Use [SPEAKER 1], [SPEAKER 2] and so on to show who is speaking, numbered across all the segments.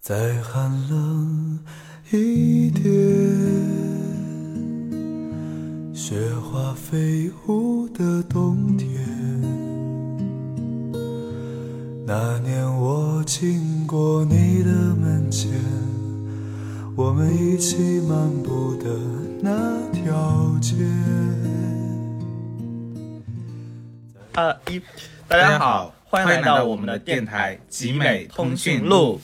[SPEAKER 1] 再寒冷一点，雪花飞舞的冬天。那年我经过你的门前，我们一起漫步的那条街。
[SPEAKER 2] 呃，一，大
[SPEAKER 3] 大
[SPEAKER 2] 家
[SPEAKER 3] 家
[SPEAKER 2] 好
[SPEAKER 3] 好，，
[SPEAKER 2] 欢
[SPEAKER 3] 欢
[SPEAKER 2] 迎
[SPEAKER 3] 迎
[SPEAKER 2] 来到
[SPEAKER 3] 来到
[SPEAKER 2] 我
[SPEAKER 3] 我
[SPEAKER 2] 们
[SPEAKER 3] 们
[SPEAKER 2] 的
[SPEAKER 3] 的
[SPEAKER 2] 电
[SPEAKER 3] 电
[SPEAKER 2] 台
[SPEAKER 3] 台
[SPEAKER 2] 集
[SPEAKER 3] 集
[SPEAKER 2] 美
[SPEAKER 3] 美
[SPEAKER 2] 通
[SPEAKER 3] 通
[SPEAKER 2] 讯
[SPEAKER 3] 讯
[SPEAKER 2] 录
[SPEAKER 3] 录。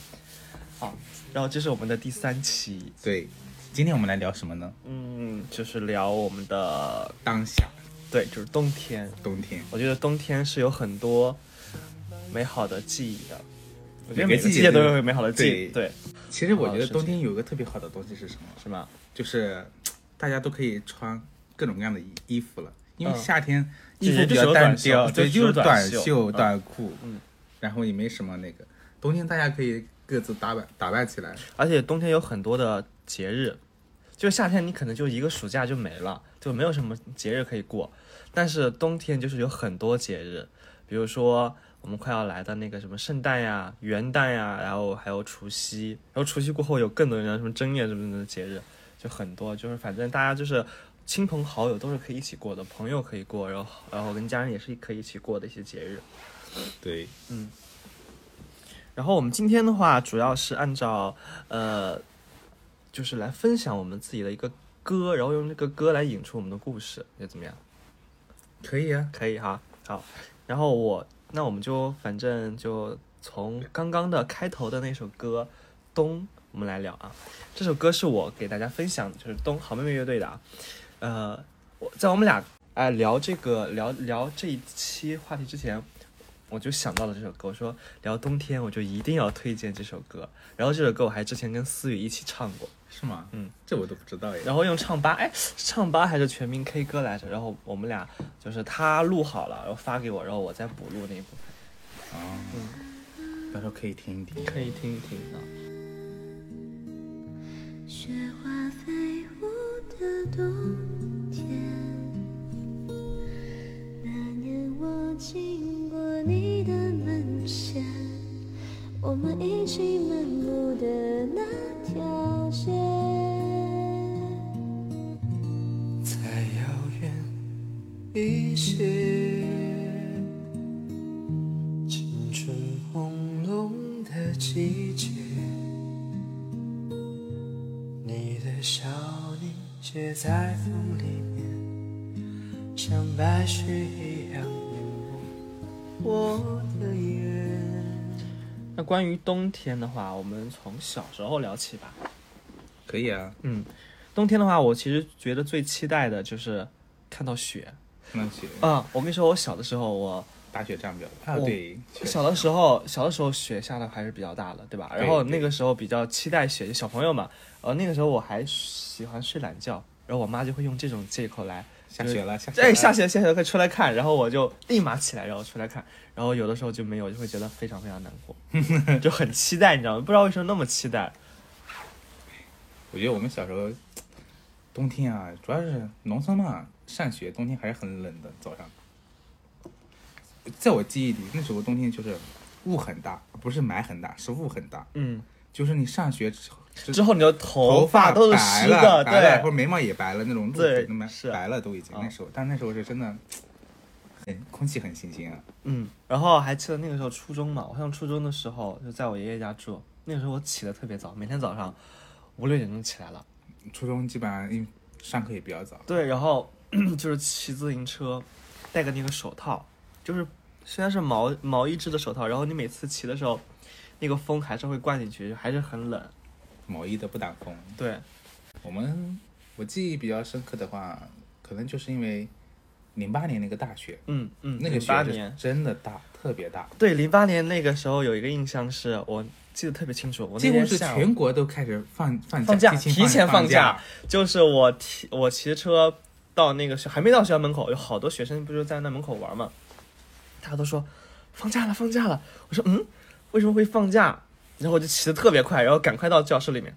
[SPEAKER 2] 好，然后这是我们的第三期，
[SPEAKER 3] 对，今天我们来聊什么呢？
[SPEAKER 2] 嗯，就是聊我们的，
[SPEAKER 3] 当下
[SPEAKER 2] 对，就是冬天。
[SPEAKER 3] 冬天，
[SPEAKER 2] 我觉得冬天是有很多美好的记忆的，我觉得
[SPEAKER 3] 每
[SPEAKER 2] 每
[SPEAKER 3] 个
[SPEAKER 2] 个
[SPEAKER 3] 季
[SPEAKER 2] 季
[SPEAKER 3] 节
[SPEAKER 2] 节
[SPEAKER 3] 都
[SPEAKER 2] 都
[SPEAKER 3] 有
[SPEAKER 2] 有美好的记忆，
[SPEAKER 3] 对
[SPEAKER 2] 对，
[SPEAKER 3] 其实我
[SPEAKER 2] 好
[SPEAKER 3] 觉
[SPEAKER 2] 的
[SPEAKER 3] 得
[SPEAKER 2] 事情
[SPEAKER 3] 冬天有一个特别好的东西是什么？
[SPEAKER 2] 是吗？
[SPEAKER 3] 就是大家都可以穿各种各样的衣衣服了，因为
[SPEAKER 2] 嗯
[SPEAKER 3] 夏天
[SPEAKER 2] 就
[SPEAKER 3] 衣
[SPEAKER 2] 是
[SPEAKER 3] 服比
[SPEAKER 2] 就是
[SPEAKER 3] 较
[SPEAKER 2] 有
[SPEAKER 3] 单
[SPEAKER 2] 短袖
[SPEAKER 3] 调，
[SPEAKER 2] 就
[SPEAKER 3] 对，
[SPEAKER 2] 是
[SPEAKER 3] 就
[SPEAKER 2] 有
[SPEAKER 3] 是
[SPEAKER 2] 短
[SPEAKER 3] 短
[SPEAKER 2] 袖
[SPEAKER 3] 袖、
[SPEAKER 2] 嗯
[SPEAKER 3] 短裤，
[SPEAKER 2] 嗯，
[SPEAKER 3] 然后也没什么那个。冬天大家可以各自打扮打扮起来，
[SPEAKER 2] 而且冬天有很多的节日，就夏天你可能就一个暑假就没了，就没有什么节日可以过。但是冬天就是有很多节日，比如说我们快要来的那个什么圣诞呀、元旦呀，然后还有除夕，然后除夕过后有更多人什么正月什么的节日，就很多，就是反正大家就是。亲朋好友都是可以一起过的，朋友可以过，然后然后跟家人也是可以一起过的一些节日。
[SPEAKER 3] 对，
[SPEAKER 2] 然后我们今天的话，主要是按照呃，就是来分享我们自己的一个歌，然后用这个歌来引出我们的故事，你觉得怎么样？
[SPEAKER 3] 可以啊，
[SPEAKER 2] 可以哈，好。然后我那我们就反正就从刚刚的开头的那首歌《冬》，我们来聊啊。这首歌是我给大家分享的，就是冬好妹妹乐队的啊。呃，我在我们俩哎、聊这个聊聊这一期话题之前，我就想到了这首歌，我说聊冬天我就一定要推荐这首歌。然后这首歌我还之前跟思雨一起唱过，
[SPEAKER 3] 是吗？
[SPEAKER 2] 嗯，
[SPEAKER 3] 这我都不知道耶。
[SPEAKER 2] 然后用唱吧，哎，是唱吧还是全民 K 歌来着？然后我们俩就是他录好了，然后发给我，然后我再补录那一部分，
[SPEAKER 3] 啊，
[SPEAKER 2] 嗯
[SPEAKER 3] 到时候可以听一听。
[SPEAKER 2] 可以听一听啊。
[SPEAKER 4] 雪花飞舞的冬天，那年我经过你的门前，我们一起漫步的那条街。
[SPEAKER 1] 再遥远一些。青春朦胧的季节，你的笑凝结在风里面，像白雪一样淹没我的眼。
[SPEAKER 2] 那关于冬天的话，我们从小时候聊起吧。
[SPEAKER 3] 可以啊，
[SPEAKER 2] 嗯，冬天的话，我其实觉得最期待的就是看到雪
[SPEAKER 3] 那雪
[SPEAKER 2] 啊、我跟你说，我小的时候，我
[SPEAKER 3] 打雪仗比较啊，
[SPEAKER 2] 我
[SPEAKER 3] 对，确实
[SPEAKER 2] 小的时候，小的时候雪下的还是比较大的，对吧？
[SPEAKER 3] 对
[SPEAKER 2] 然后那个时候比较期待雪，小朋友嘛，呃，那个时候我还喜欢睡懒觉，然后我妈就会用这种借口来。
[SPEAKER 3] 下雪了，下雪了
[SPEAKER 2] 哎，下雪下雪，快出来看！然后我就立马起来，然后出来看。然后有的时候就没有，就会觉得非常非常难过，就很期待，你知道吗？不知道为什么那么期待。
[SPEAKER 3] 我觉得我们小时候冬天啊，主要是农村嘛，上学冬天还是很冷的，早上。在我记忆里，那时候冬天就是雾很大，不是霾很大，是雾很大。
[SPEAKER 2] 嗯，
[SPEAKER 3] 就是你上学之后，
[SPEAKER 2] 之后你的
[SPEAKER 3] 头
[SPEAKER 2] 头发都是
[SPEAKER 3] 白
[SPEAKER 2] 湿
[SPEAKER 3] 了，
[SPEAKER 2] 的，
[SPEAKER 3] 白了，或
[SPEAKER 2] 对
[SPEAKER 3] 者眉毛也白了，那种露
[SPEAKER 2] 对
[SPEAKER 3] 水那么
[SPEAKER 2] 是
[SPEAKER 3] 白了都已经。
[SPEAKER 2] 啊
[SPEAKER 3] 那时候，但那时候是真的，很空气很新鲜啊。
[SPEAKER 2] 嗯。然后还记得那个时候初中嘛，我上初中的时候就在我爷爷家住，那个时候我起的特别早，每天早上五六点钟起来了。
[SPEAKER 3] 初中基本上因为上课也比较早，
[SPEAKER 2] 对，然后 就是骑自行车，戴个那个手套，就是虽然是毛毛衣制的手套，然后你每次骑的时候，那个风还是会灌进去，还是很冷。
[SPEAKER 3] 毛衣的不挡风。
[SPEAKER 2] 对，
[SPEAKER 3] 我们我记忆比较深刻的话，可能就是因为零八年那个大雪，
[SPEAKER 2] 嗯嗯，
[SPEAKER 3] 那个
[SPEAKER 2] 零
[SPEAKER 3] 雪
[SPEAKER 2] 八
[SPEAKER 3] 是
[SPEAKER 2] 年，
[SPEAKER 3] 真的大，特别大，
[SPEAKER 2] 对，零八年那个时候有一个印象是我记得特别清楚，我那
[SPEAKER 3] 几乎
[SPEAKER 2] 天
[SPEAKER 3] 是
[SPEAKER 2] 下午
[SPEAKER 3] 全国都开始放放
[SPEAKER 2] 放假
[SPEAKER 3] 假，提
[SPEAKER 2] 提前
[SPEAKER 3] 放
[SPEAKER 2] 放假，就是我骑我骑车到那个学还没到学校门口，有好多学生不是在那门口玩嘛，大家都说放假了放假了，我说嗯，为什么会放假？然后我就骑得特别快，然后赶快到教室里面，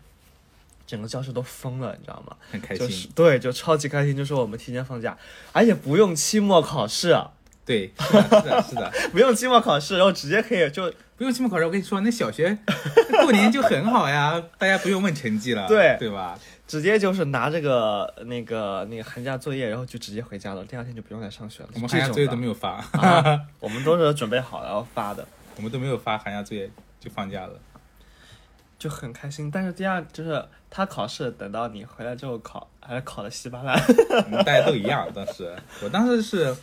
[SPEAKER 2] 整个教室都疯了，你知道吗？
[SPEAKER 3] 很开
[SPEAKER 2] 就是
[SPEAKER 3] 心。
[SPEAKER 2] 对，就超级开心，就说我们提前放假，而且不用期末考试，啊
[SPEAKER 3] 对，是的，是的，是的，
[SPEAKER 2] 不用期末考试，然后直接可以就
[SPEAKER 3] 不用期末考试。我跟你说，那小学 过年就很好呀，大家不用问成绩了，
[SPEAKER 2] 对
[SPEAKER 3] 对吧？
[SPEAKER 2] 直接就是拿这个那个那个寒假作业，然后就直接回家了，第二天就不用再上学了。
[SPEAKER 3] 我们
[SPEAKER 2] 这
[SPEAKER 3] 寒假
[SPEAKER 2] 种
[SPEAKER 3] 作业
[SPEAKER 2] 的
[SPEAKER 3] 都没有发，
[SPEAKER 2] 啊，我们都是准备好然后发的，
[SPEAKER 3] 我们都没有发寒假作业就放假了。
[SPEAKER 2] 就很开心。但是第二就是他考试，等到你回来之后考，还是考的稀巴烂。
[SPEAKER 3] 我们嗯大家都一样，当时我当时是，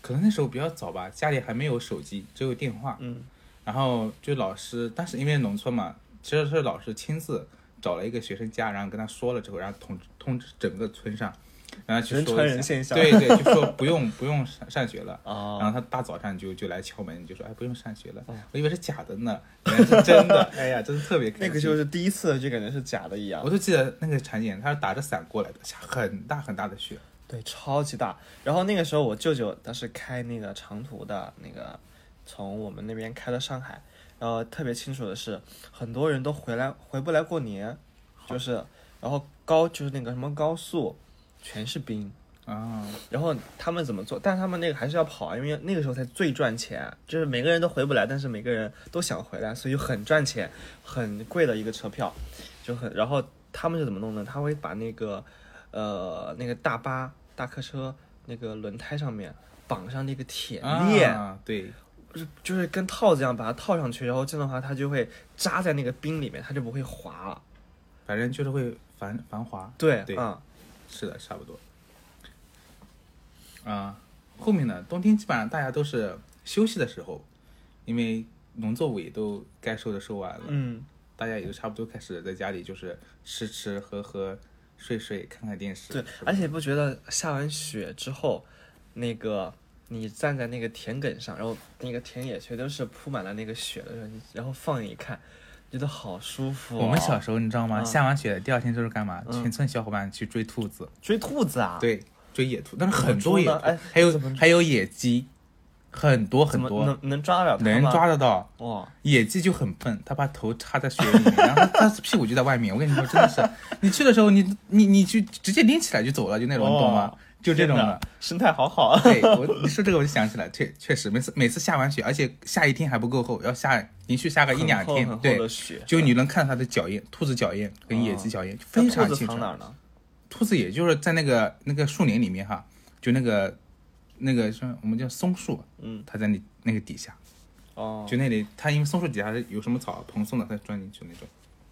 [SPEAKER 3] 可能那时候比较早吧，家里还没有手机，只有电话。
[SPEAKER 2] 嗯，
[SPEAKER 3] 然后就老师，但是因为农村嘛，其实是老师亲自找了一个学生家，然后跟他说了之后，然后通通知整个村上，然后去
[SPEAKER 2] 人
[SPEAKER 3] 说
[SPEAKER 2] 传
[SPEAKER 3] 一
[SPEAKER 2] 人
[SPEAKER 3] 下
[SPEAKER 2] 现象
[SPEAKER 3] 对对，就说不用不用上上学了。
[SPEAKER 2] 哦
[SPEAKER 3] 然后他大早上就就来敲门，就说哎不用上学了，我以为是假的呢，原来是 真的，哎呀，真的特别开心。
[SPEAKER 2] 那个就是第一次就感觉是假的一样
[SPEAKER 3] 我，就记得那个产检，他是打着伞过来的，下很大很大的雪。
[SPEAKER 2] 对，超级大。然后那个时候我舅舅他是开那个长途的那个，从我们那边开到上海，然后特别清楚的是，很多人都回来回不来过年，就是然后高就是那个什么高速，全是冰。
[SPEAKER 3] 啊，
[SPEAKER 2] 然后他们怎么做？但是他们那个还是要跑啊，因为那个时候才最赚钱，就是每个人都回不来，但是每个人都想回来，所以很赚钱，很贵的一个车票，就很。然后他们是怎么弄呢？他会把那个，呃，那个大巴、大客车那个轮胎上面绑上那个铁链，
[SPEAKER 3] 啊、对，
[SPEAKER 2] 就是就是跟套子一样把它套上去，然后这样的话它就会扎在那个冰里面，它就不会滑。
[SPEAKER 3] 反正就是会繁繁华。
[SPEAKER 2] 对，
[SPEAKER 3] 对
[SPEAKER 2] 啊、
[SPEAKER 3] 是的，差不多。啊，后面呢，冬天基本上大家都是休息的时候，因为农作物也都该收的收完了，
[SPEAKER 2] 嗯，
[SPEAKER 3] 大家也就差不多开始在家里就是吃吃喝喝、睡睡、看看电视。
[SPEAKER 2] 对
[SPEAKER 3] 是，吧
[SPEAKER 2] 而且不觉得下完雪之后，那个你站在那个田埂上，然后那个田野全都是铺满了那个雪的时候，你然后放眼一看，觉得好舒服、哦
[SPEAKER 3] 我们小时候你知道吗？
[SPEAKER 2] 嗯
[SPEAKER 3] 下完雪第二天就是干嘛？
[SPEAKER 2] 嗯
[SPEAKER 3] 全村小伙伴去追兔子，
[SPEAKER 2] 追兔子啊，，
[SPEAKER 3] 对，追野兔，但是
[SPEAKER 2] 怎么
[SPEAKER 3] 很多
[SPEAKER 2] 捉
[SPEAKER 3] 野
[SPEAKER 2] 呢
[SPEAKER 3] 兔，
[SPEAKER 2] 哎
[SPEAKER 3] 还有
[SPEAKER 2] 怎么
[SPEAKER 3] 还有野鸡，很多
[SPEAKER 2] 怎
[SPEAKER 3] 很
[SPEAKER 2] 么
[SPEAKER 3] 多，
[SPEAKER 2] 能能抓得了它
[SPEAKER 3] 能
[SPEAKER 2] 吗
[SPEAKER 3] 抓得到。
[SPEAKER 2] 哇？
[SPEAKER 3] 野鸡就很笨，它把头插在雪里面，然后它它屁股就在外面。我跟你说，真的是， 你去的时候，你你你去直接拎起来就走了，就那种，你懂吗
[SPEAKER 2] 哦？
[SPEAKER 3] 就这种
[SPEAKER 2] 天
[SPEAKER 3] 的
[SPEAKER 2] 哪。生态好好啊，
[SPEAKER 3] 对我你说这个我就想起来，确确实每次每次下完雪，而且下一天还不够厚，要下连续下 个一
[SPEAKER 2] 很
[SPEAKER 3] 两
[SPEAKER 2] 厚
[SPEAKER 3] 天
[SPEAKER 2] 很，厚
[SPEAKER 3] 对
[SPEAKER 2] 的雪，
[SPEAKER 3] 就你能看到它的脚印，兔子脚印跟野鸡脚印、非常
[SPEAKER 2] 那兔子
[SPEAKER 3] 清楚
[SPEAKER 2] 藏。哪儿呢？
[SPEAKER 3] 兔子也就是在那个那个树林里面哈，就那个那个什么我们叫松树，
[SPEAKER 2] 嗯，
[SPEAKER 3] 它在那那个底下，
[SPEAKER 2] 哦，
[SPEAKER 3] 就那里，它因为松树底下是有什么草蓬松的，它钻进去那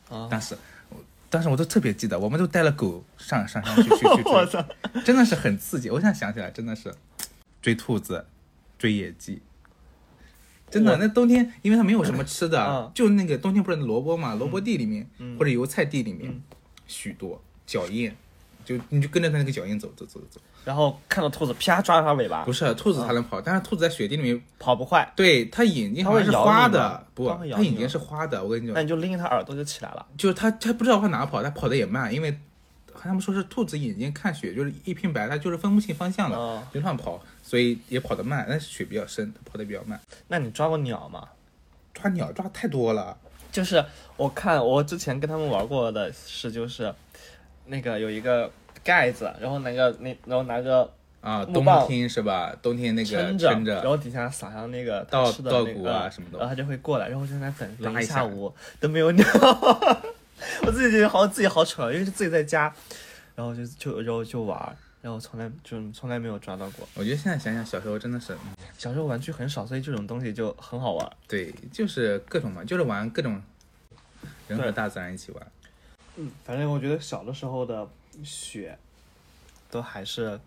[SPEAKER 3] 种。
[SPEAKER 2] 啊
[SPEAKER 3] 当时我当时我都特别记得，我们都带了狗上上上去去 去
[SPEAKER 2] 我
[SPEAKER 3] 追，真的是很刺激。我现在想起来，真的是追兔子，追野鸡。真的，那冬天，因为它没有什么吃的，
[SPEAKER 2] 嗯
[SPEAKER 3] 就那个冬天不是萝卜嘛，萝卜地里面、或者油菜地里面，许多脚印，就你就跟着它那个脚印走走走走。
[SPEAKER 2] 然后看到兔子，啪抓着它尾巴
[SPEAKER 3] 不，是啊兔子它能跑，但是兔子在雪地里面，
[SPEAKER 2] 跑不坏，
[SPEAKER 3] 对它眼睛
[SPEAKER 2] 它
[SPEAKER 3] 好
[SPEAKER 2] 会
[SPEAKER 3] 像是
[SPEAKER 2] 咬你
[SPEAKER 3] 花
[SPEAKER 2] 吗
[SPEAKER 3] 的，不，
[SPEAKER 2] 它会咬
[SPEAKER 3] 它
[SPEAKER 2] 你
[SPEAKER 3] 眼睛
[SPEAKER 2] 吗哎
[SPEAKER 3] 是花的。我跟你讲
[SPEAKER 2] 那，你就拎着它耳朵就起来了。
[SPEAKER 3] 就是他他不知道往哪跑，他跑的也慢，因为他们说是兔子眼睛看雪就是一片白，它就是分不清方向的，
[SPEAKER 2] 哦
[SPEAKER 3] 就乱跑，所以也跑得慢。但是雪比较深，它跑得比较慢。
[SPEAKER 2] 那你抓过鸟吗？
[SPEAKER 3] 抓鸟抓太多了，
[SPEAKER 2] 就是我看我之前跟他们玩过的是，就是那个有一个盖子，然后拿个那然后拿个
[SPEAKER 3] 啊，
[SPEAKER 2] 木
[SPEAKER 3] 冬
[SPEAKER 2] 棒
[SPEAKER 3] 天是吧？冬天那个
[SPEAKER 2] 撑
[SPEAKER 3] 撑
[SPEAKER 2] 着，然后底下撒上那个它
[SPEAKER 3] 稻
[SPEAKER 2] 吃的那
[SPEAKER 3] 稻
[SPEAKER 2] 个
[SPEAKER 3] 谷啊什么的
[SPEAKER 2] 然后它就会过来，然后我就在那等
[SPEAKER 3] 拉
[SPEAKER 2] 等
[SPEAKER 3] 一
[SPEAKER 2] 一
[SPEAKER 3] 下
[SPEAKER 2] 下午都没有鸟， 我自己觉得好自己好蠢，啊因为是自己在家，然后就就然后就玩。然后从来就从来没有抓到过，
[SPEAKER 3] 我觉得现在想想，小时候真的是，嗯
[SPEAKER 2] 小时候玩具很少，所以这种东西就很好玩。
[SPEAKER 3] 对，就是各种玩，就是玩各种人和
[SPEAKER 2] 对
[SPEAKER 3] 大自然一起玩。
[SPEAKER 2] 嗯，反正我觉得小的时候的雪，都还是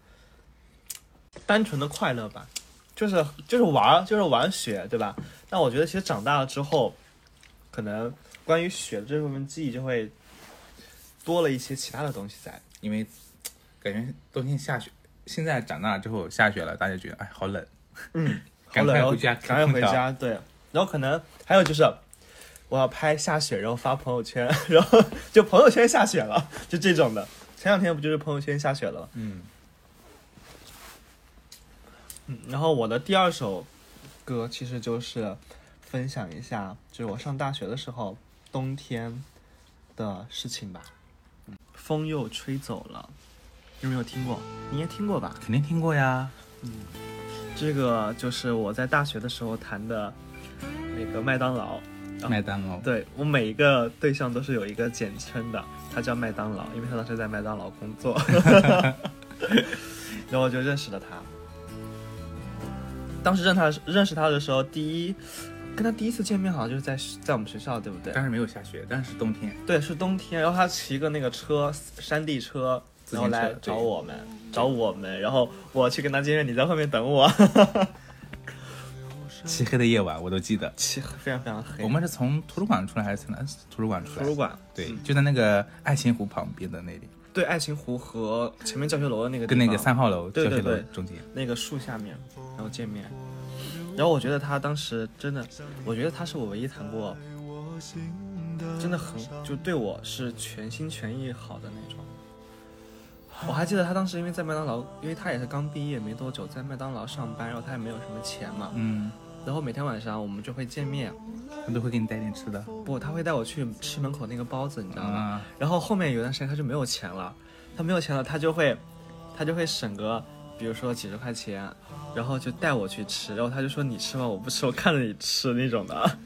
[SPEAKER 2] 单纯的快乐吧，就是就是玩儿，就是玩雪，对吧？但我觉得其实长大了之后，可能关于雪的这部分记忆就会多了一些其他的东西在。
[SPEAKER 3] 因为感觉冬天下雪，现在长大了之后下雪了，大家觉得哎好冷，
[SPEAKER 2] 嗯好
[SPEAKER 3] 赶
[SPEAKER 2] 冷，
[SPEAKER 3] 快
[SPEAKER 2] 然后
[SPEAKER 3] 回家啊
[SPEAKER 2] 赶快
[SPEAKER 3] 开
[SPEAKER 2] 回
[SPEAKER 3] 空调
[SPEAKER 2] 家，对。然后可能还有就是，我要拍下雪，然后发朋友圈， 然后就朋友圈下雪了，就这种的。前两天不就是朋友圈下雪了吗？
[SPEAKER 3] 嗯，
[SPEAKER 2] 嗯，然后我的第二首歌其实就是分享一下，就是我上大学的时候冬天的事情吧。风又吹走了，有没有听过？你应该听过吧？
[SPEAKER 3] 肯定听过呀。
[SPEAKER 2] 这个就是我在大学的时候谈的那个麦当劳。啊
[SPEAKER 3] 麦当劳，
[SPEAKER 2] 对我每一个对象都是有一个简称的，他叫麦当劳，因为他当时在麦当劳工作， 然后我就认识了他。当时认他认识他的时候，第一跟他第一次见面好像就是在在我们学校，对不对？
[SPEAKER 3] 但是没有下雪，但是冬 天，
[SPEAKER 2] 对，是冬天，然后他骑个那个车，山地车，
[SPEAKER 3] 自
[SPEAKER 2] 然
[SPEAKER 3] 行
[SPEAKER 2] 后
[SPEAKER 3] 车
[SPEAKER 2] 来
[SPEAKER 3] 对
[SPEAKER 2] 找我们，找我们，然后我去跟他见面，你在后面等我，
[SPEAKER 3] 漆黑的夜晚我都记得。
[SPEAKER 2] 骑非常非常黑。
[SPEAKER 3] 我们是从图书馆出来还是从哪？图书馆出
[SPEAKER 2] 图
[SPEAKER 3] 来？
[SPEAKER 2] 书。馆
[SPEAKER 3] 哦
[SPEAKER 2] 嗯
[SPEAKER 3] 对，就在那个爱心湖旁边的那里，
[SPEAKER 2] 对爱琴湖和前面教学楼的那个地
[SPEAKER 3] 跟那个
[SPEAKER 2] 方
[SPEAKER 3] 三号楼
[SPEAKER 2] 对
[SPEAKER 3] 教
[SPEAKER 2] 对
[SPEAKER 3] 学楼
[SPEAKER 2] 对
[SPEAKER 3] 中间。
[SPEAKER 2] 那个树下面，然后见面。然后我觉得他当时真的，我觉得他是我唯一谈过，真的很就对我是全心全意好的那种。我还记得他当时因为在麦当劳，因为他也是刚毕业没多久，在麦当劳上班，然后他也没有什么钱嘛，
[SPEAKER 3] 嗯，
[SPEAKER 2] 然后每天晚上我们就会见面，
[SPEAKER 3] 他都会给你带点吃的。
[SPEAKER 2] 不，他会带我去吃门口那个包子，你知道吗？
[SPEAKER 3] 啊，
[SPEAKER 2] 然后后面有段时间他就没有钱了，他没有钱了，他就会，他就会省个，比如说几十块钱，然后就带我去吃，然后他就说你吃吗？我不吃，我看着你吃那种的，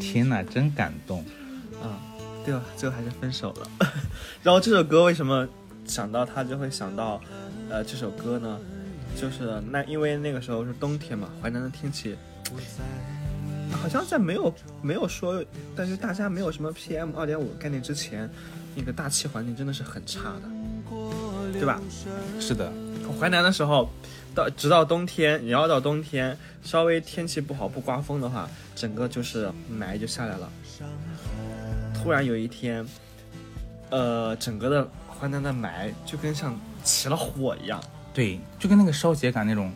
[SPEAKER 3] 天哪，真感动。
[SPEAKER 2] 嗯，对吧？最后还是分手了。 然后这首歌为什么想到他就会想到，呃，这首歌呢？就是那因为那个时候是冬天嘛，淮南的天气。好像在没有没有说，但是大家没有什么 PM 二点五概念之前，那个大气环境真的是很差的，对吧？
[SPEAKER 3] 是的，
[SPEAKER 2] 淮南的时候，到直到冬天，你要到冬天，稍微天气不好不刮风的话，整个就是霾就下来了。突然有一天，呃，整个的淮南的霾就跟像起了火一样，
[SPEAKER 3] 对，就跟那个烧秸秆那种，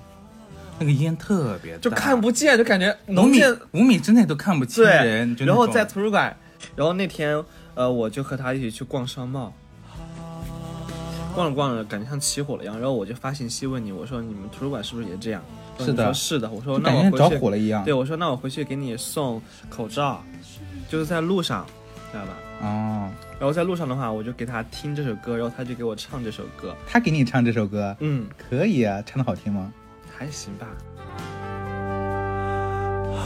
[SPEAKER 3] 那个烟特别大，
[SPEAKER 2] 就看不见，就感觉
[SPEAKER 3] 五
[SPEAKER 2] 浓
[SPEAKER 3] 米
[SPEAKER 2] 见
[SPEAKER 3] 五米之内都看不清人。
[SPEAKER 2] 对，
[SPEAKER 3] 就那
[SPEAKER 2] 然后
[SPEAKER 3] 种
[SPEAKER 2] 在图书馆，然后那天呃，我就和他一起去逛商贸，逛着逛着，感觉像起火了一样，然后我就发信息问你，我说你们图书馆是不是也这样？然后
[SPEAKER 3] 是
[SPEAKER 2] 你
[SPEAKER 3] 的
[SPEAKER 2] 说是的，我说
[SPEAKER 3] 就
[SPEAKER 2] 那
[SPEAKER 3] 感
[SPEAKER 2] 我
[SPEAKER 3] 觉
[SPEAKER 2] 回
[SPEAKER 3] 着
[SPEAKER 2] 去
[SPEAKER 3] 火了一样。
[SPEAKER 2] 对，我说那我回去给你送口罩，就是在路上，知道吧？
[SPEAKER 3] 哦，
[SPEAKER 2] 然后在路上的话，我就给他听这首歌，然后他就给我唱这首歌，
[SPEAKER 3] 他给你唱这首歌，
[SPEAKER 2] 嗯，
[SPEAKER 3] 可以啊，唱的好听吗？
[SPEAKER 2] 还行吧。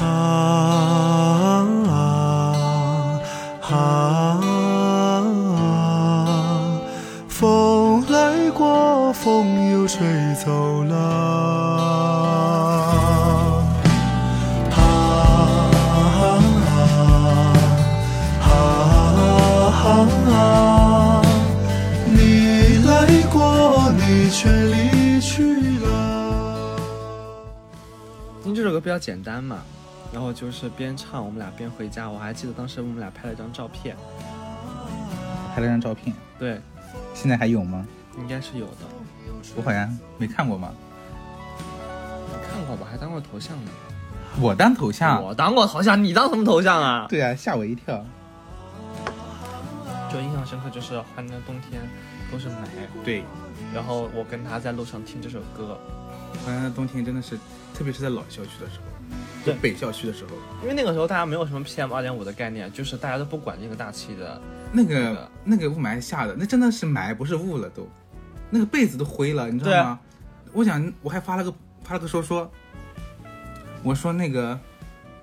[SPEAKER 1] 啊啊啊！风来过，风又吹走了。啊啊啊啊！你来过，你却离去了。
[SPEAKER 2] 因为这首歌比较简单嘛，然后就是边唱我们俩边回家。我还记得当时我们俩拍了一张照片，
[SPEAKER 3] 拍了张照片，
[SPEAKER 2] 对，
[SPEAKER 3] 现在还有吗？
[SPEAKER 2] 应该是有的，
[SPEAKER 3] 我好像没看过吗？
[SPEAKER 2] 看过吧？还当过头像呢。
[SPEAKER 3] 我当头像，
[SPEAKER 2] 我当过头像，你当什么头像啊？
[SPEAKER 3] 对啊，吓我一跳。
[SPEAKER 2] 就印象深刻，就是淮南冬天都是霾，
[SPEAKER 3] 对，
[SPEAKER 2] 然后我跟他在路上听这首歌，
[SPEAKER 3] 淮南的冬天真的是，特别是在老校区的时候，
[SPEAKER 2] 对
[SPEAKER 3] 北校区的时候，
[SPEAKER 2] 因为那个时候大家没有什么 PM 二点五的概念，就是大家都不管这个大气的，
[SPEAKER 3] 那
[SPEAKER 2] 那
[SPEAKER 3] 个
[SPEAKER 2] 个
[SPEAKER 3] 那个雾霾下的，那真的是霾，不是雾了都，那个被子都灰了，你知
[SPEAKER 2] 对啊
[SPEAKER 3] 道吗？我想我还发了个发了个说说，我说那个，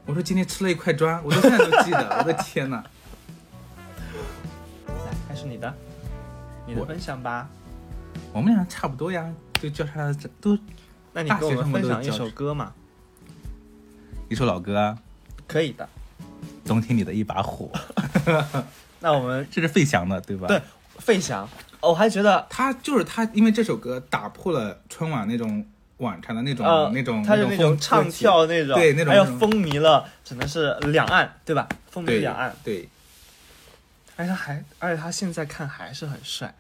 [SPEAKER 3] 我说今天吃了一块砖，我到现在都记得，我 的天呐，
[SPEAKER 2] 来开始你的，你的
[SPEAKER 3] 我
[SPEAKER 2] 分享吧。
[SPEAKER 3] 我们俩差不多呀，就交叉都
[SPEAKER 2] 那你跟我们分享一
[SPEAKER 3] 大学生
[SPEAKER 2] 首
[SPEAKER 3] 活
[SPEAKER 2] 歌嘛？
[SPEAKER 3] 一首老歌啊，
[SPEAKER 2] 可以的。
[SPEAKER 3] 《冬天里的一把火》，
[SPEAKER 2] 那我们
[SPEAKER 3] 这是费翔的对吧？
[SPEAKER 2] 对，费翔，哦我还觉得
[SPEAKER 3] 他就是他，因为这首歌打破了春晚那种晚上的那种、
[SPEAKER 2] 呃，
[SPEAKER 3] 那种
[SPEAKER 2] 他是
[SPEAKER 3] 那
[SPEAKER 2] 种
[SPEAKER 3] 风
[SPEAKER 2] 唱跳那种，
[SPEAKER 3] 对那种
[SPEAKER 2] 还有
[SPEAKER 3] 那种
[SPEAKER 2] 风靡了，只能是两岸，对吧？风靡
[SPEAKER 3] 对
[SPEAKER 2] 两岸，
[SPEAKER 3] 对，
[SPEAKER 2] 而且他还，而且他现在看还是很帅，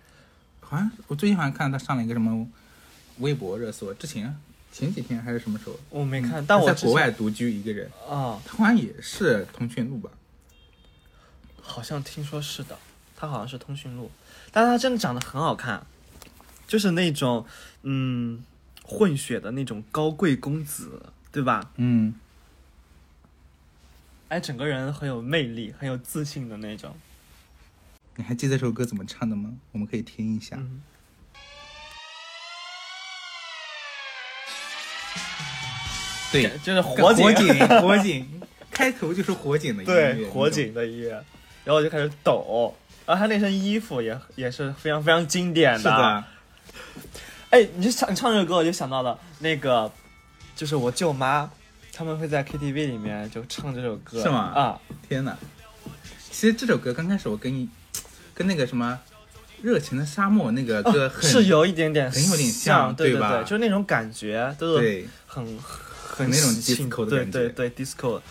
[SPEAKER 3] 好像我最近好像看他上了一个什么微博热搜，之前前几天还是什么时候？
[SPEAKER 2] 我没看，但我
[SPEAKER 3] 他嗯在
[SPEAKER 2] 之前
[SPEAKER 3] 国外独居一个人，
[SPEAKER 2] 啊、
[SPEAKER 3] 他好像也是通讯录吧？
[SPEAKER 2] 好像听说是的，他好像是通讯录，但是他真的长得很好看，就是那种嗯混血的那种高贵公子，对吧？
[SPEAKER 3] 嗯，
[SPEAKER 2] 哎，整个人很有魅力，很有自信的那种。
[SPEAKER 3] 你还记得这首歌怎么唱的吗？我们可以嗯听一下。
[SPEAKER 2] 嗯，
[SPEAKER 3] 对，
[SPEAKER 2] 就是火
[SPEAKER 3] 火
[SPEAKER 2] 警，
[SPEAKER 3] 警，火警， 开头就是火警的音乐，
[SPEAKER 2] 对，火警的音乐，然后我就开始抖，然后他那身衣服也也是非常非常经典
[SPEAKER 3] 你懂吗。
[SPEAKER 2] 哎，你就唱你唱这首歌，我就想到了那个，就是我舅妈，他们会在 KTV 里面就唱这首歌，
[SPEAKER 3] 是吗
[SPEAKER 2] 啊，
[SPEAKER 3] 是的，天哪！其实这首歌刚开始我跟你，跟那个什么《热情的沙漠》那个歌
[SPEAKER 2] 啊
[SPEAKER 3] 很、
[SPEAKER 2] 是有一点点
[SPEAKER 3] 很有点
[SPEAKER 2] 像，
[SPEAKER 3] 像
[SPEAKER 2] 对
[SPEAKER 3] 对吧
[SPEAKER 2] 对，就是那种感觉，就是
[SPEAKER 3] 对
[SPEAKER 2] 很很
[SPEAKER 3] 很那种
[SPEAKER 2] 喜庆
[SPEAKER 3] disco 的感觉
[SPEAKER 2] 对对对，disco。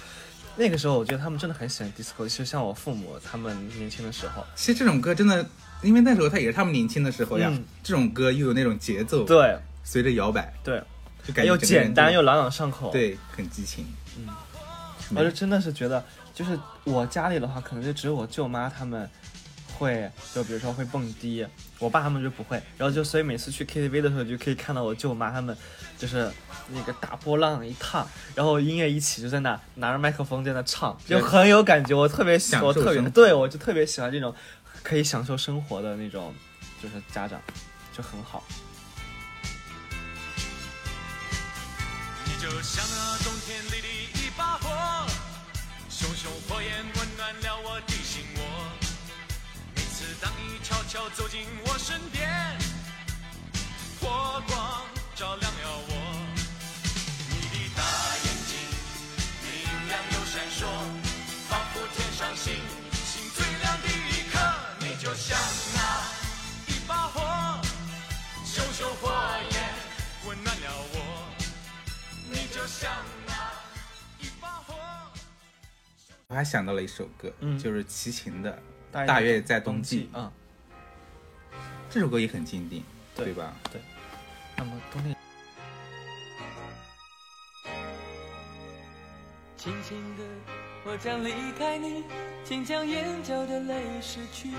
[SPEAKER 2] 那个时候我觉得他们真的很喜欢 disco，就像我父母他们年轻的时候，
[SPEAKER 3] 其实这种歌真的，因为那时候他也是他们年轻的时候呀，
[SPEAKER 2] 嗯
[SPEAKER 3] 这种歌又有那种节奏，，
[SPEAKER 2] 对
[SPEAKER 3] 随着摇摆，
[SPEAKER 2] 对，
[SPEAKER 3] 就感觉
[SPEAKER 2] 又
[SPEAKER 3] 整个人
[SPEAKER 2] 简单
[SPEAKER 3] 就
[SPEAKER 2] 又朗朗上口，
[SPEAKER 3] 对，很激情。
[SPEAKER 2] 我就真的是觉得，就是我家里的话，可能就只有我舅妈他们会，就比如说会蹦迪，我爸他们就不会。然后就所以每次去 KTV 的时候，就可以看到我舅妈他们，就是那个大波浪一烫，然后音乐一起就在那拿着麦克风在那唱，就
[SPEAKER 3] 对
[SPEAKER 2] 很有感觉。我特别喜，
[SPEAKER 3] 享
[SPEAKER 2] 我
[SPEAKER 3] 受
[SPEAKER 2] 特别
[SPEAKER 3] 生活
[SPEAKER 2] 对我就特别喜欢这种可以享受生活的那种，就是家长就很好。
[SPEAKER 5] 你就像那冬天里的一把火，熊熊火焰温暖了我的心窝。每次当你悄悄走进我身边，火光照亮了我。你的大眼睛明亮又闪烁，仿佛天上星星最亮的一颗。你就像那一把火，熊熊火焰温暖了我。你就像那一把火。
[SPEAKER 3] 我还想到了一首歌，
[SPEAKER 2] 嗯
[SPEAKER 3] 就是齐秦的
[SPEAKER 2] 大
[SPEAKER 3] 《大约在冬季》，
[SPEAKER 2] 啊、
[SPEAKER 3] 这首歌也很经典，
[SPEAKER 2] 对
[SPEAKER 3] 对吧？
[SPEAKER 2] 那么冬天
[SPEAKER 6] 轻轻的，我将离开你，请将眼角的泪拭去。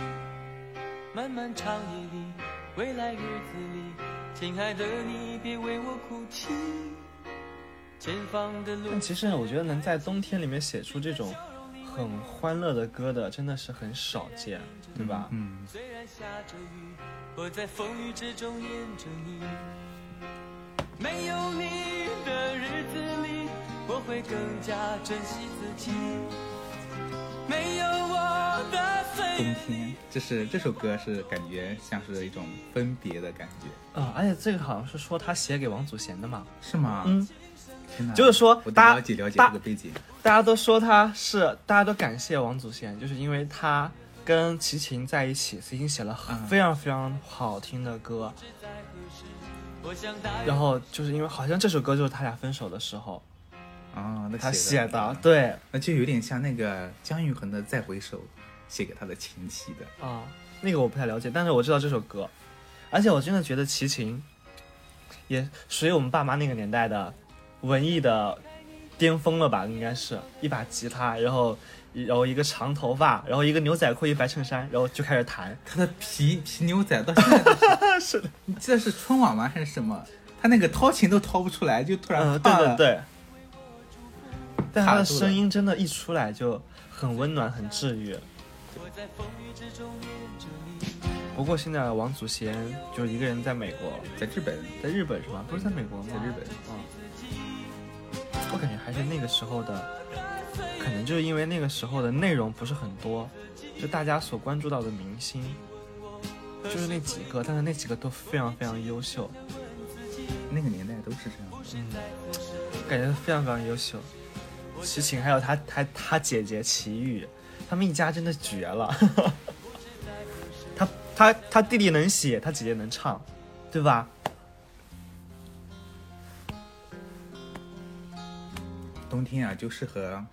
[SPEAKER 6] 漫漫长夜里，未来日子里，亲爱的你，别为我哭泣。前方的路
[SPEAKER 2] 但。其实我觉得能在冬天里面写出这种很欢乐的歌的，真的是很少见，对吧？
[SPEAKER 3] 嗯，
[SPEAKER 6] 虽然下着雨，我在风雨之中念着你。没有你的日子里，我会更加珍惜自己。没有我的岁
[SPEAKER 3] 冬
[SPEAKER 6] 月。
[SPEAKER 3] 天，这是这首歌是感觉像是一种分别的感觉，
[SPEAKER 2] 啊、而且这个好像是说他写给王祖贤的嘛，
[SPEAKER 3] 是吗？
[SPEAKER 2] 嗯，
[SPEAKER 3] 天哪
[SPEAKER 2] 就是说
[SPEAKER 3] 我得
[SPEAKER 2] 大
[SPEAKER 3] 了解了解
[SPEAKER 2] 大
[SPEAKER 3] 这个背景，
[SPEAKER 2] 大家都说他是，大家都感谢王祖贤，就是因为他跟齐秦在一起，齐秦写了很
[SPEAKER 3] 嗯
[SPEAKER 2] 非常非常好听的歌，
[SPEAKER 6] 我想大约
[SPEAKER 2] 然后就是因为好像这首歌就是他俩分手的时候
[SPEAKER 3] 啊，那
[SPEAKER 2] 他
[SPEAKER 3] 写
[SPEAKER 2] 写
[SPEAKER 3] 的
[SPEAKER 2] 的，，对
[SPEAKER 3] 那就有点像那个姜育恒的《再回首》，写给他的前妻的。
[SPEAKER 2] 啊、那个我不太了解，但是我知道这首歌，而且我真的觉得齐秦也属于我们爸妈那个年代的文艺的巅峰了吧，应该是一把吉他，然后然后一个长头发，然后一个牛仔裤，一白衬衫，然后就开始弹，
[SPEAKER 3] 他的皮皮牛仔到现在都 是，
[SPEAKER 2] 是的，
[SPEAKER 3] 你记得是春晚吗还是什么？他那个掏琴都掏不出来，就突然
[SPEAKER 2] 嗯，对
[SPEAKER 3] 放了
[SPEAKER 2] 对对，但他
[SPEAKER 3] 卡
[SPEAKER 2] 的
[SPEAKER 3] 住了
[SPEAKER 2] 声音真的，一出来就很温暖，很治愈。
[SPEAKER 6] 我在风雨之中念着你。
[SPEAKER 2] 不过现在王祖贤就一个人在美国，
[SPEAKER 3] 在日本，
[SPEAKER 2] 在日本是吧？不是在美国吗？
[SPEAKER 3] 在日本，
[SPEAKER 2] 我感觉还是那个时候的，可能就是因为那个时候的内容不是很多，就大家所关注到的明星，就是那几个，但是那几个都非常非常优秀，
[SPEAKER 3] 那个年代都是这样的。
[SPEAKER 2] 嗯，感觉非常非常优秀。齐秦还有他他他姐姐齐豫，他们一家真的绝了。 他他他弟弟能写，他姐姐能唱，对吧？
[SPEAKER 3] 冬天啊，就适合。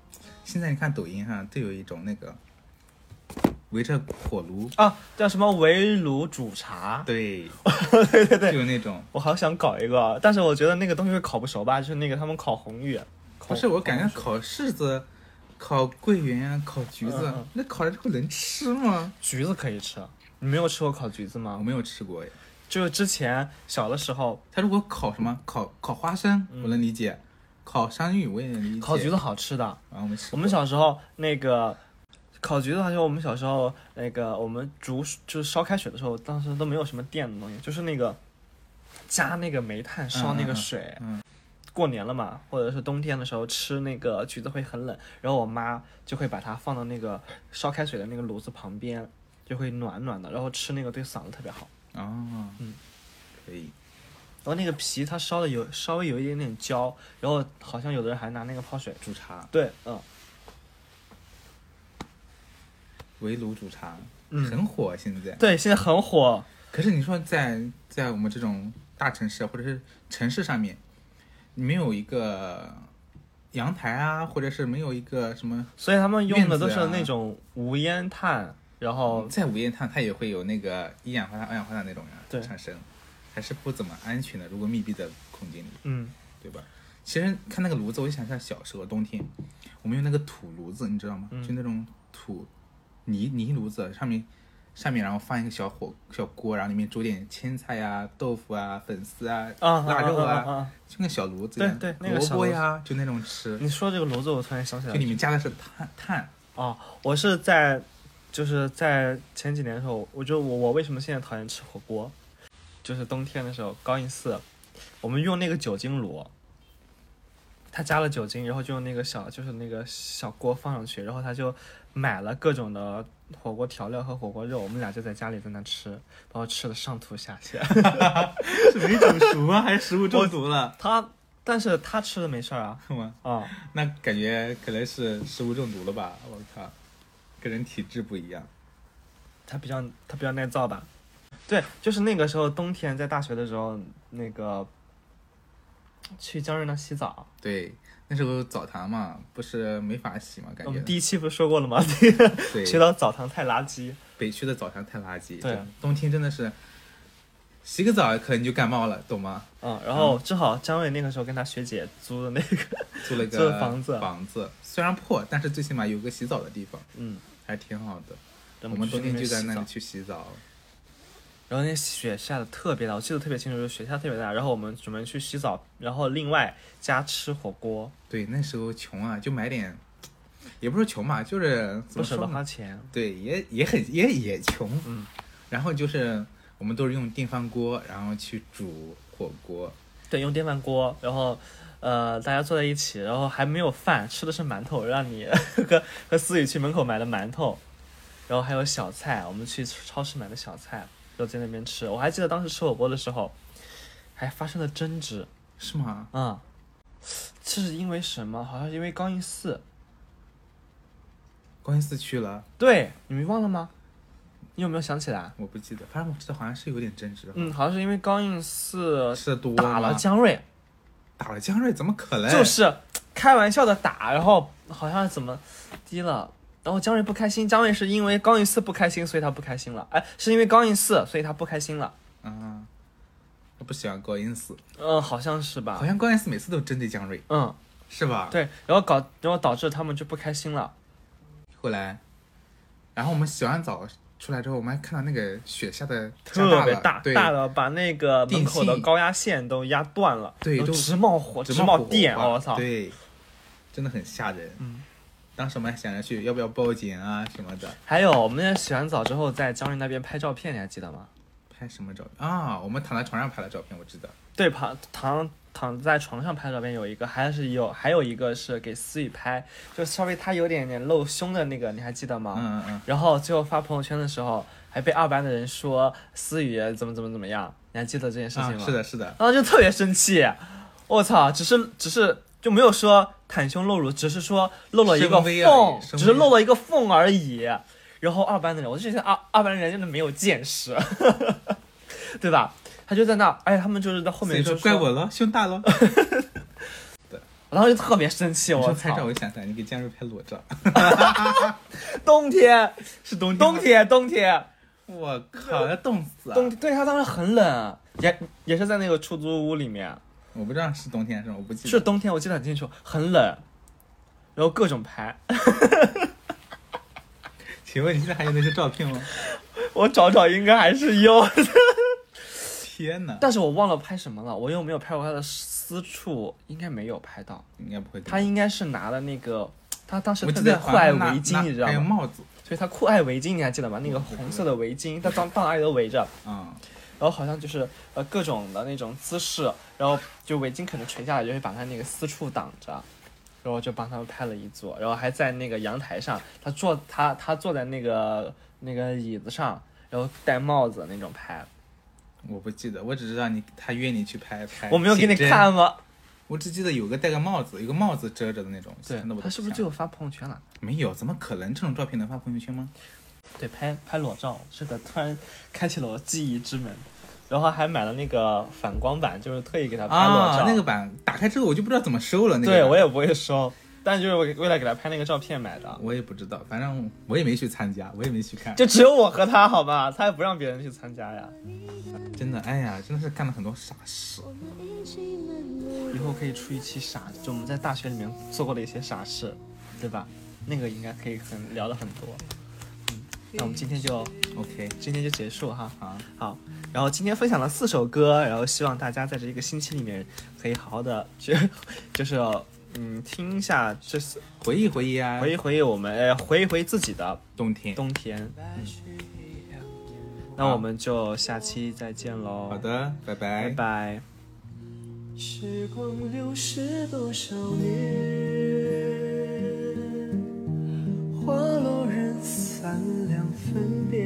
[SPEAKER 3] 现在你看抖音哈、啊都有一种那个围着火炉，
[SPEAKER 2] 啊，叫什么围炉煮茶？
[SPEAKER 3] 对，
[SPEAKER 2] 对对对
[SPEAKER 3] 就有那种。
[SPEAKER 2] 我好想搞一个，但是我觉得那个东西会烤不熟吧，就是那个他们烤红玉，烤
[SPEAKER 3] 不是，我感觉烤柿子、烤桂圆啊、烤橘子，
[SPEAKER 2] 嗯嗯
[SPEAKER 3] 那烤了之后能吃吗？
[SPEAKER 2] 橘子可以吃。你没有吃过烤橘子
[SPEAKER 3] 我
[SPEAKER 2] 吗？
[SPEAKER 3] 没有吃过哎。
[SPEAKER 2] 就是之前小的时候
[SPEAKER 3] 他如果烤什么烤烤花生，我能理解；烤山芋我也能理解。
[SPEAKER 2] 嗯烤橘子好吃的，
[SPEAKER 3] 啊，我们吃
[SPEAKER 2] 我
[SPEAKER 3] 过
[SPEAKER 2] 们小时候那个烤橘子，好像我们小时候那个我们煮就是烧开水的时候，当时都没有什么电的东西，就是那个加那个煤炭烧那个
[SPEAKER 3] 嗯嗯
[SPEAKER 2] 水，
[SPEAKER 3] 嗯
[SPEAKER 2] 过年了嘛，或者是冬天的时候吃那个橘子会很冷，然后我妈就会把它放到那个烧开水的那个炉子旁边，就会暖暖的，然后吃那个对嗓子特别好。
[SPEAKER 3] 啊，
[SPEAKER 2] 嗯，
[SPEAKER 3] 可以，
[SPEAKER 2] 然后那个皮它烧的有稍微有一点点焦，然后好像有的人还拿那个泡水
[SPEAKER 3] 煮茶，
[SPEAKER 2] 对，嗯
[SPEAKER 3] 围炉煮茶，
[SPEAKER 2] 嗯
[SPEAKER 3] 很火现在。
[SPEAKER 2] 对，现在很火，
[SPEAKER 3] 可是你说在在我们这种大城市或者是城市上面，没有一个阳台啊，或者是没有一个什么，
[SPEAKER 2] 所以他们用的都
[SPEAKER 3] 院
[SPEAKER 2] 是
[SPEAKER 3] 子啊
[SPEAKER 2] 那种无烟炭，然后
[SPEAKER 3] 在午夜炭它也会有那个一氧化碳、二氧化碳那种呀、
[SPEAKER 2] 对
[SPEAKER 3] 产生，还是不怎么安全的。如果密闭的空间里，
[SPEAKER 2] 嗯
[SPEAKER 3] 对吧？其实看那个炉子，我就想一下小时候冬天，我们用那个土炉子，你知道吗？
[SPEAKER 2] 嗯
[SPEAKER 3] 就那种土泥泥炉子，上面上面然后放一个小火小锅，然后里面煮点青菜呀、豆腐啊、粉丝啊、
[SPEAKER 2] 啊
[SPEAKER 3] 腊肉
[SPEAKER 2] 啊啊啊啊
[SPEAKER 3] 就那小炉子一
[SPEAKER 2] 对
[SPEAKER 3] 样，
[SPEAKER 2] 对那个
[SPEAKER 3] 萝
[SPEAKER 2] 小
[SPEAKER 3] 卜
[SPEAKER 2] 炉子
[SPEAKER 3] 呀，就那种吃，
[SPEAKER 2] 你说这个炉子，我突然想起来
[SPEAKER 3] 就
[SPEAKER 2] 了，
[SPEAKER 3] 里面加的是碳碳，
[SPEAKER 2] 哦，我是在就是在前几年的时候，我就我我为什么现在讨厌吃火锅，就是冬天的时候，高一四，我们用那个酒精炉，他加了酒精，然后就用那个小就是那个小锅放上去，然后他就买了各种的火锅调料和火锅肉，我们俩就在家里在那吃，把我吃的上吐下泻。
[SPEAKER 3] 是没煮熟啊，还是食物中毒 了？
[SPEAKER 2] 他但是他吃的没事儿啊
[SPEAKER 3] 是吗？
[SPEAKER 2] 啊、
[SPEAKER 3] 那感觉可能是食物中毒了吧？我靠，跟人体质不一样。
[SPEAKER 2] 他比较他比较耐造吧。对，就是那个时候冬天在大学的时候，那个去江瑞那洗澡，
[SPEAKER 3] 对，那时候澡堂嘛，不是没法洗嘛，感
[SPEAKER 2] 我
[SPEAKER 3] 觉
[SPEAKER 2] 们第一期不是说过了吗？
[SPEAKER 3] 对
[SPEAKER 2] 学到澡堂太垃圾。
[SPEAKER 3] 北区的澡堂太垃圾，
[SPEAKER 2] 对啊
[SPEAKER 3] 真的冬天真的是洗个澡可能你就感冒了，懂吗？
[SPEAKER 2] 嗯，然后正好江瑞那个时候跟他学姐租的那个，
[SPEAKER 3] 租了一
[SPEAKER 2] 租
[SPEAKER 3] 个
[SPEAKER 2] 了房子
[SPEAKER 3] 房子虽然破，但是最起码有个洗澡的地方，
[SPEAKER 2] 嗯，
[SPEAKER 3] 还挺好的。
[SPEAKER 2] 我
[SPEAKER 3] 我们冬天就在那里
[SPEAKER 2] 里。
[SPEAKER 3] 去洗澡，
[SPEAKER 2] 然后那雪下的特别大，我记得特别清楚，就是雪下特别大。然后我们准备去洗澡，然后另外加吃火锅，
[SPEAKER 3] 对，那时候穷啊，就买点，也不是穷吧，就是怎
[SPEAKER 2] 不
[SPEAKER 3] 么
[SPEAKER 2] 舍得
[SPEAKER 3] 说
[SPEAKER 2] 花
[SPEAKER 3] 呢？
[SPEAKER 2] 钱。
[SPEAKER 3] 对，也也很也也穷，
[SPEAKER 2] 嗯，
[SPEAKER 3] 然后就是我们都是用电饭锅，然后去煮火锅，
[SPEAKER 2] 对，用电饭锅，然后呃，大家坐在一起，然后还没有饭，吃的是馒头，让你 和和思雨去门口买的馒头，然后还有小菜，我们去超市买的小菜，然后在那边吃。我还记得当时吃火锅的时候，还发生了争执，
[SPEAKER 3] 是吗？
[SPEAKER 2] 嗯，这是因为什么？好像是因为高一四，
[SPEAKER 3] 关四去了，
[SPEAKER 2] 对，你们忘了吗？你有没有想起来？
[SPEAKER 3] 我不记得，反正我知道好像是有点争执，
[SPEAKER 2] 嗯，好像是因为高应四
[SPEAKER 3] 吃的多
[SPEAKER 2] 嗯打了
[SPEAKER 3] 吗
[SPEAKER 2] 江瑞，
[SPEAKER 3] 打了江瑞，怎么可能？
[SPEAKER 2] 就是开玩笑的打，然后好像是怎么低了，然后姜瑞不开心，姜瑞是因为高应四不开心，所以他不开心了，哎，是因为高应四，所以他不开心了，
[SPEAKER 3] 啊，我不喜欢高音寺，
[SPEAKER 2] 嗯，好像是吧
[SPEAKER 3] 好，像高音寺每次都针对江瑞，
[SPEAKER 2] 嗯，
[SPEAKER 3] 是吧？。
[SPEAKER 2] 对，然后搞，然后导致他们就不开心了，
[SPEAKER 3] 后来，然后我们洗完澡出来之后，我们还看到那个雪下的加
[SPEAKER 2] 特别
[SPEAKER 3] 了
[SPEAKER 2] 大，
[SPEAKER 3] 对，
[SPEAKER 2] 大到把那个门口
[SPEAKER 3] 电
[SPEAKER 2] 的
[SPEAKER 3] 信
[SPEAKER 2] 高压线都压断了，
[SPEAKER 3] 对
[SPEAKER 2] 然后
[SPEAKER 3] 都
[SPEAKER 2] 直冒火，
[SPEAKER 3] 直
[SPEAKER 2] 直冒
[SPEAKER 3] 冒火
[SPEAKER 2] 电，
[SPEAKER 3] 花
[SPEAKER 2] 我操，
[SPEAKER 3] 对，真的很吓人。
[SPEAKER 2] 嗯。
[SPEAKER 3] 当时我们还想着去要不要报警啊什么的，
[SPEAKER 2] 还有我们那洗完澡之后在姜瑞那边拍照片，你还记得吗？
[SPEAKER 3] 拍什么照片啊？我们躺在床上拍的照片，我知道。
[SPEAKER 2] 对，躺躺躺在床上拍照片有一个，还是有还有一个是给思雨拍，就稍微她有点点露胸的那个，你还记得吗？
[SPEAKER 3] 嗯嗯嗯，
[SPEAKER 2] 然后最后发朋友圈的时候，还被二班的人说思雨怎么怎么怎么样，你还记得这件事情
[SPEAKER 3] 啊，
[SPEAKER 2] 吗？
[SPEAKER 3] 是的，。是的，
[SPEAKER 2] 然后就特别生气，我操！只是只是就没有说袒胸露乳，只是说露了一
[SPEAKER 3] 声
[SPEAKER 2] 个
[SPEAKER 3] 威而已
[SPEAKER 2] 缝，
[SPEAKER 3] 声
[SPEAKER 2] 只是
[SPEAKER 3] 威
[SPEAKER 2] 露了一个缝而已。然后二班的人，我就觉得二二班的人真的没有见识， 对吧？他就在那，哎，他们就是在后
[SPEAKER 3] 所
[SPEAKER 2] 面
[SPEAKER 3] 以说
[SPEAKER 2] 就
[SPEAKER 3] 怪我了，胸大了。
[SPEAKER 2] 我当时就特别生气，
[SPEAKER 3] 你说
[SPEAKER 2] 我
[SPEAKER 3] 拍照，
[SPEAKER 2] 操！
[SPEAKER 3] 我就想起来你给江瑞拍 裸照，
[SPEAKER 2] 冬天，
[SPEAKER 3] 是冬
[SPEAKER 2] 冬天，冬天，
[SPEAKER 3] 我靠，要冻死啊！
[SPEAKER 2] 冬对他当时很冷，也也是在那个出租屋里面，
[SPEAKER 3] 我不知道是冬天还是什么，我不记得。
[SPEAKER 2] 是冬天，我记得很清楚，很冷，然后各种拍，
[SPEAKER 3] 请问你现在还有那些照片吗？
[SPEAKER 2] 我找找应该还是有的，
[SPEAKER 3] 天哪，
[SPEAKER 2] 但是我忘了拍什么了，我又没有拍过他的私处，应该没有拍到，
[SPEAKER 3] 应该不会。
[SPEAKER 2] 他应该是拿了那个。他当时
[SPEAKER 3] 我
[SPEAKER 2] 特
[SPEAKER 3] 记
[SPEAKER 2] 别
[SPEAKER 3] 得
[SPEAKER 2] 酷爱
[SPEAKER 3] 好像哎
[SPEAKER 2] 围
[SPEAKER 3] 那
[SPEAKER 2] 巾，
[SPEAKER 3] 那
[SPEAKER 2] 你知道
[SPEAKER 3] 还有
[SPEAKER 2] 吗？
[SPEAKER 3] 帽子，
[SPEAKER 2] 所以他酷爱围巾，你还记得吗？那个红色的围巾，他到到哪里都围着。
[SPEAKER 3] 嗯，
[SPEAKER 2] 然后好像就是呃各种的那种姿势，然后就围巾可能垂下来就会把他那个私处挡着，然后就帮他们拍了一组，然后还在那个阳台上，他坐他他坐在那个那个椅子上，然后戴帽子那种拍，
[SPEAKER 3] 我不记得，我只知道你他约你去拍拍。
[SPEAKER 2] 我没有给你看，吗？
[SPEAKER 3] 我只记得有个戴个帽子，有个帽子遮着的那种。
[SPEAKER 2] 对
[SPEAKER 3] 那我，都
[SPEAKER 2] 他是不是
[SPEAKER 3] 想
[SPEAKER 2] 就有发朋友圈了？
[SPEAKER 3] 没有？怎么可能这种照片能发朋友圈吗？
[SPEAKER 2] 对，拍拍裸照，是的，突然开启了我记忆之门，然后还买了那个反光板，就是特意给他拍裸照。
[SPEAKER 3] 啊，那个版打开之后我就不知道怎么收了。那个
[SPEAKER 2] 对
[SPEAKER 3] 版
[SPEAKER 2] 我也不会收，但就是为为了给他拍那个照片买的，
[SPEAKER 3] 我也不知道，反正我也没去参加，我也没去看。
[SPEAKER 2] 就只有我和他，好吧，他也不让别人去参加呀。
[SPEAKER 3] 真的，哎呀，真的是干了很多傻事。
[SPEAKER 4] 我们一起漫步
[SPEAKER 2] 以后可以出一期傻，就我们在大学里面做过的一些傻事，对吧？那个应该可以很聊了很多。嗯，那我们今天就
[SPEAKER 3] OK，啊
[SPEAKER 2] 今天就结束哈。
[SPEAKER 3] 好，
[SPEAKER 2] 好，然后今天分享了四首歌，然后希望大家在这一个星期里面可以好好的去， 就是嗯听一下这四
[SPEAKER 3] 回忆回忆啊，
[SPEAKER 2] 回忆回忆我们呃回忆回忆自己的
[SPEAKER 3] 冬天。
[SPEAKER 2] 冬天。嗯
[SPEAKER 1] 白雪一样眼眸
[SPEAKER 2] 那我们就下期再见喽。
[SPEAKER 3] 好，的，拜
[SPEAKER 2] 拜
[SPEAKER 3] 拜。
[SPEAKER 2] 拜。
[SPEAKER 1] 时光流逝多少年，花落人散两分别。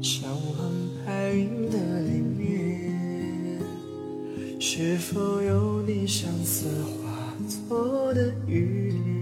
[SPEAKER 1] 长恨白云的里面，是否有你相思化作的雨点？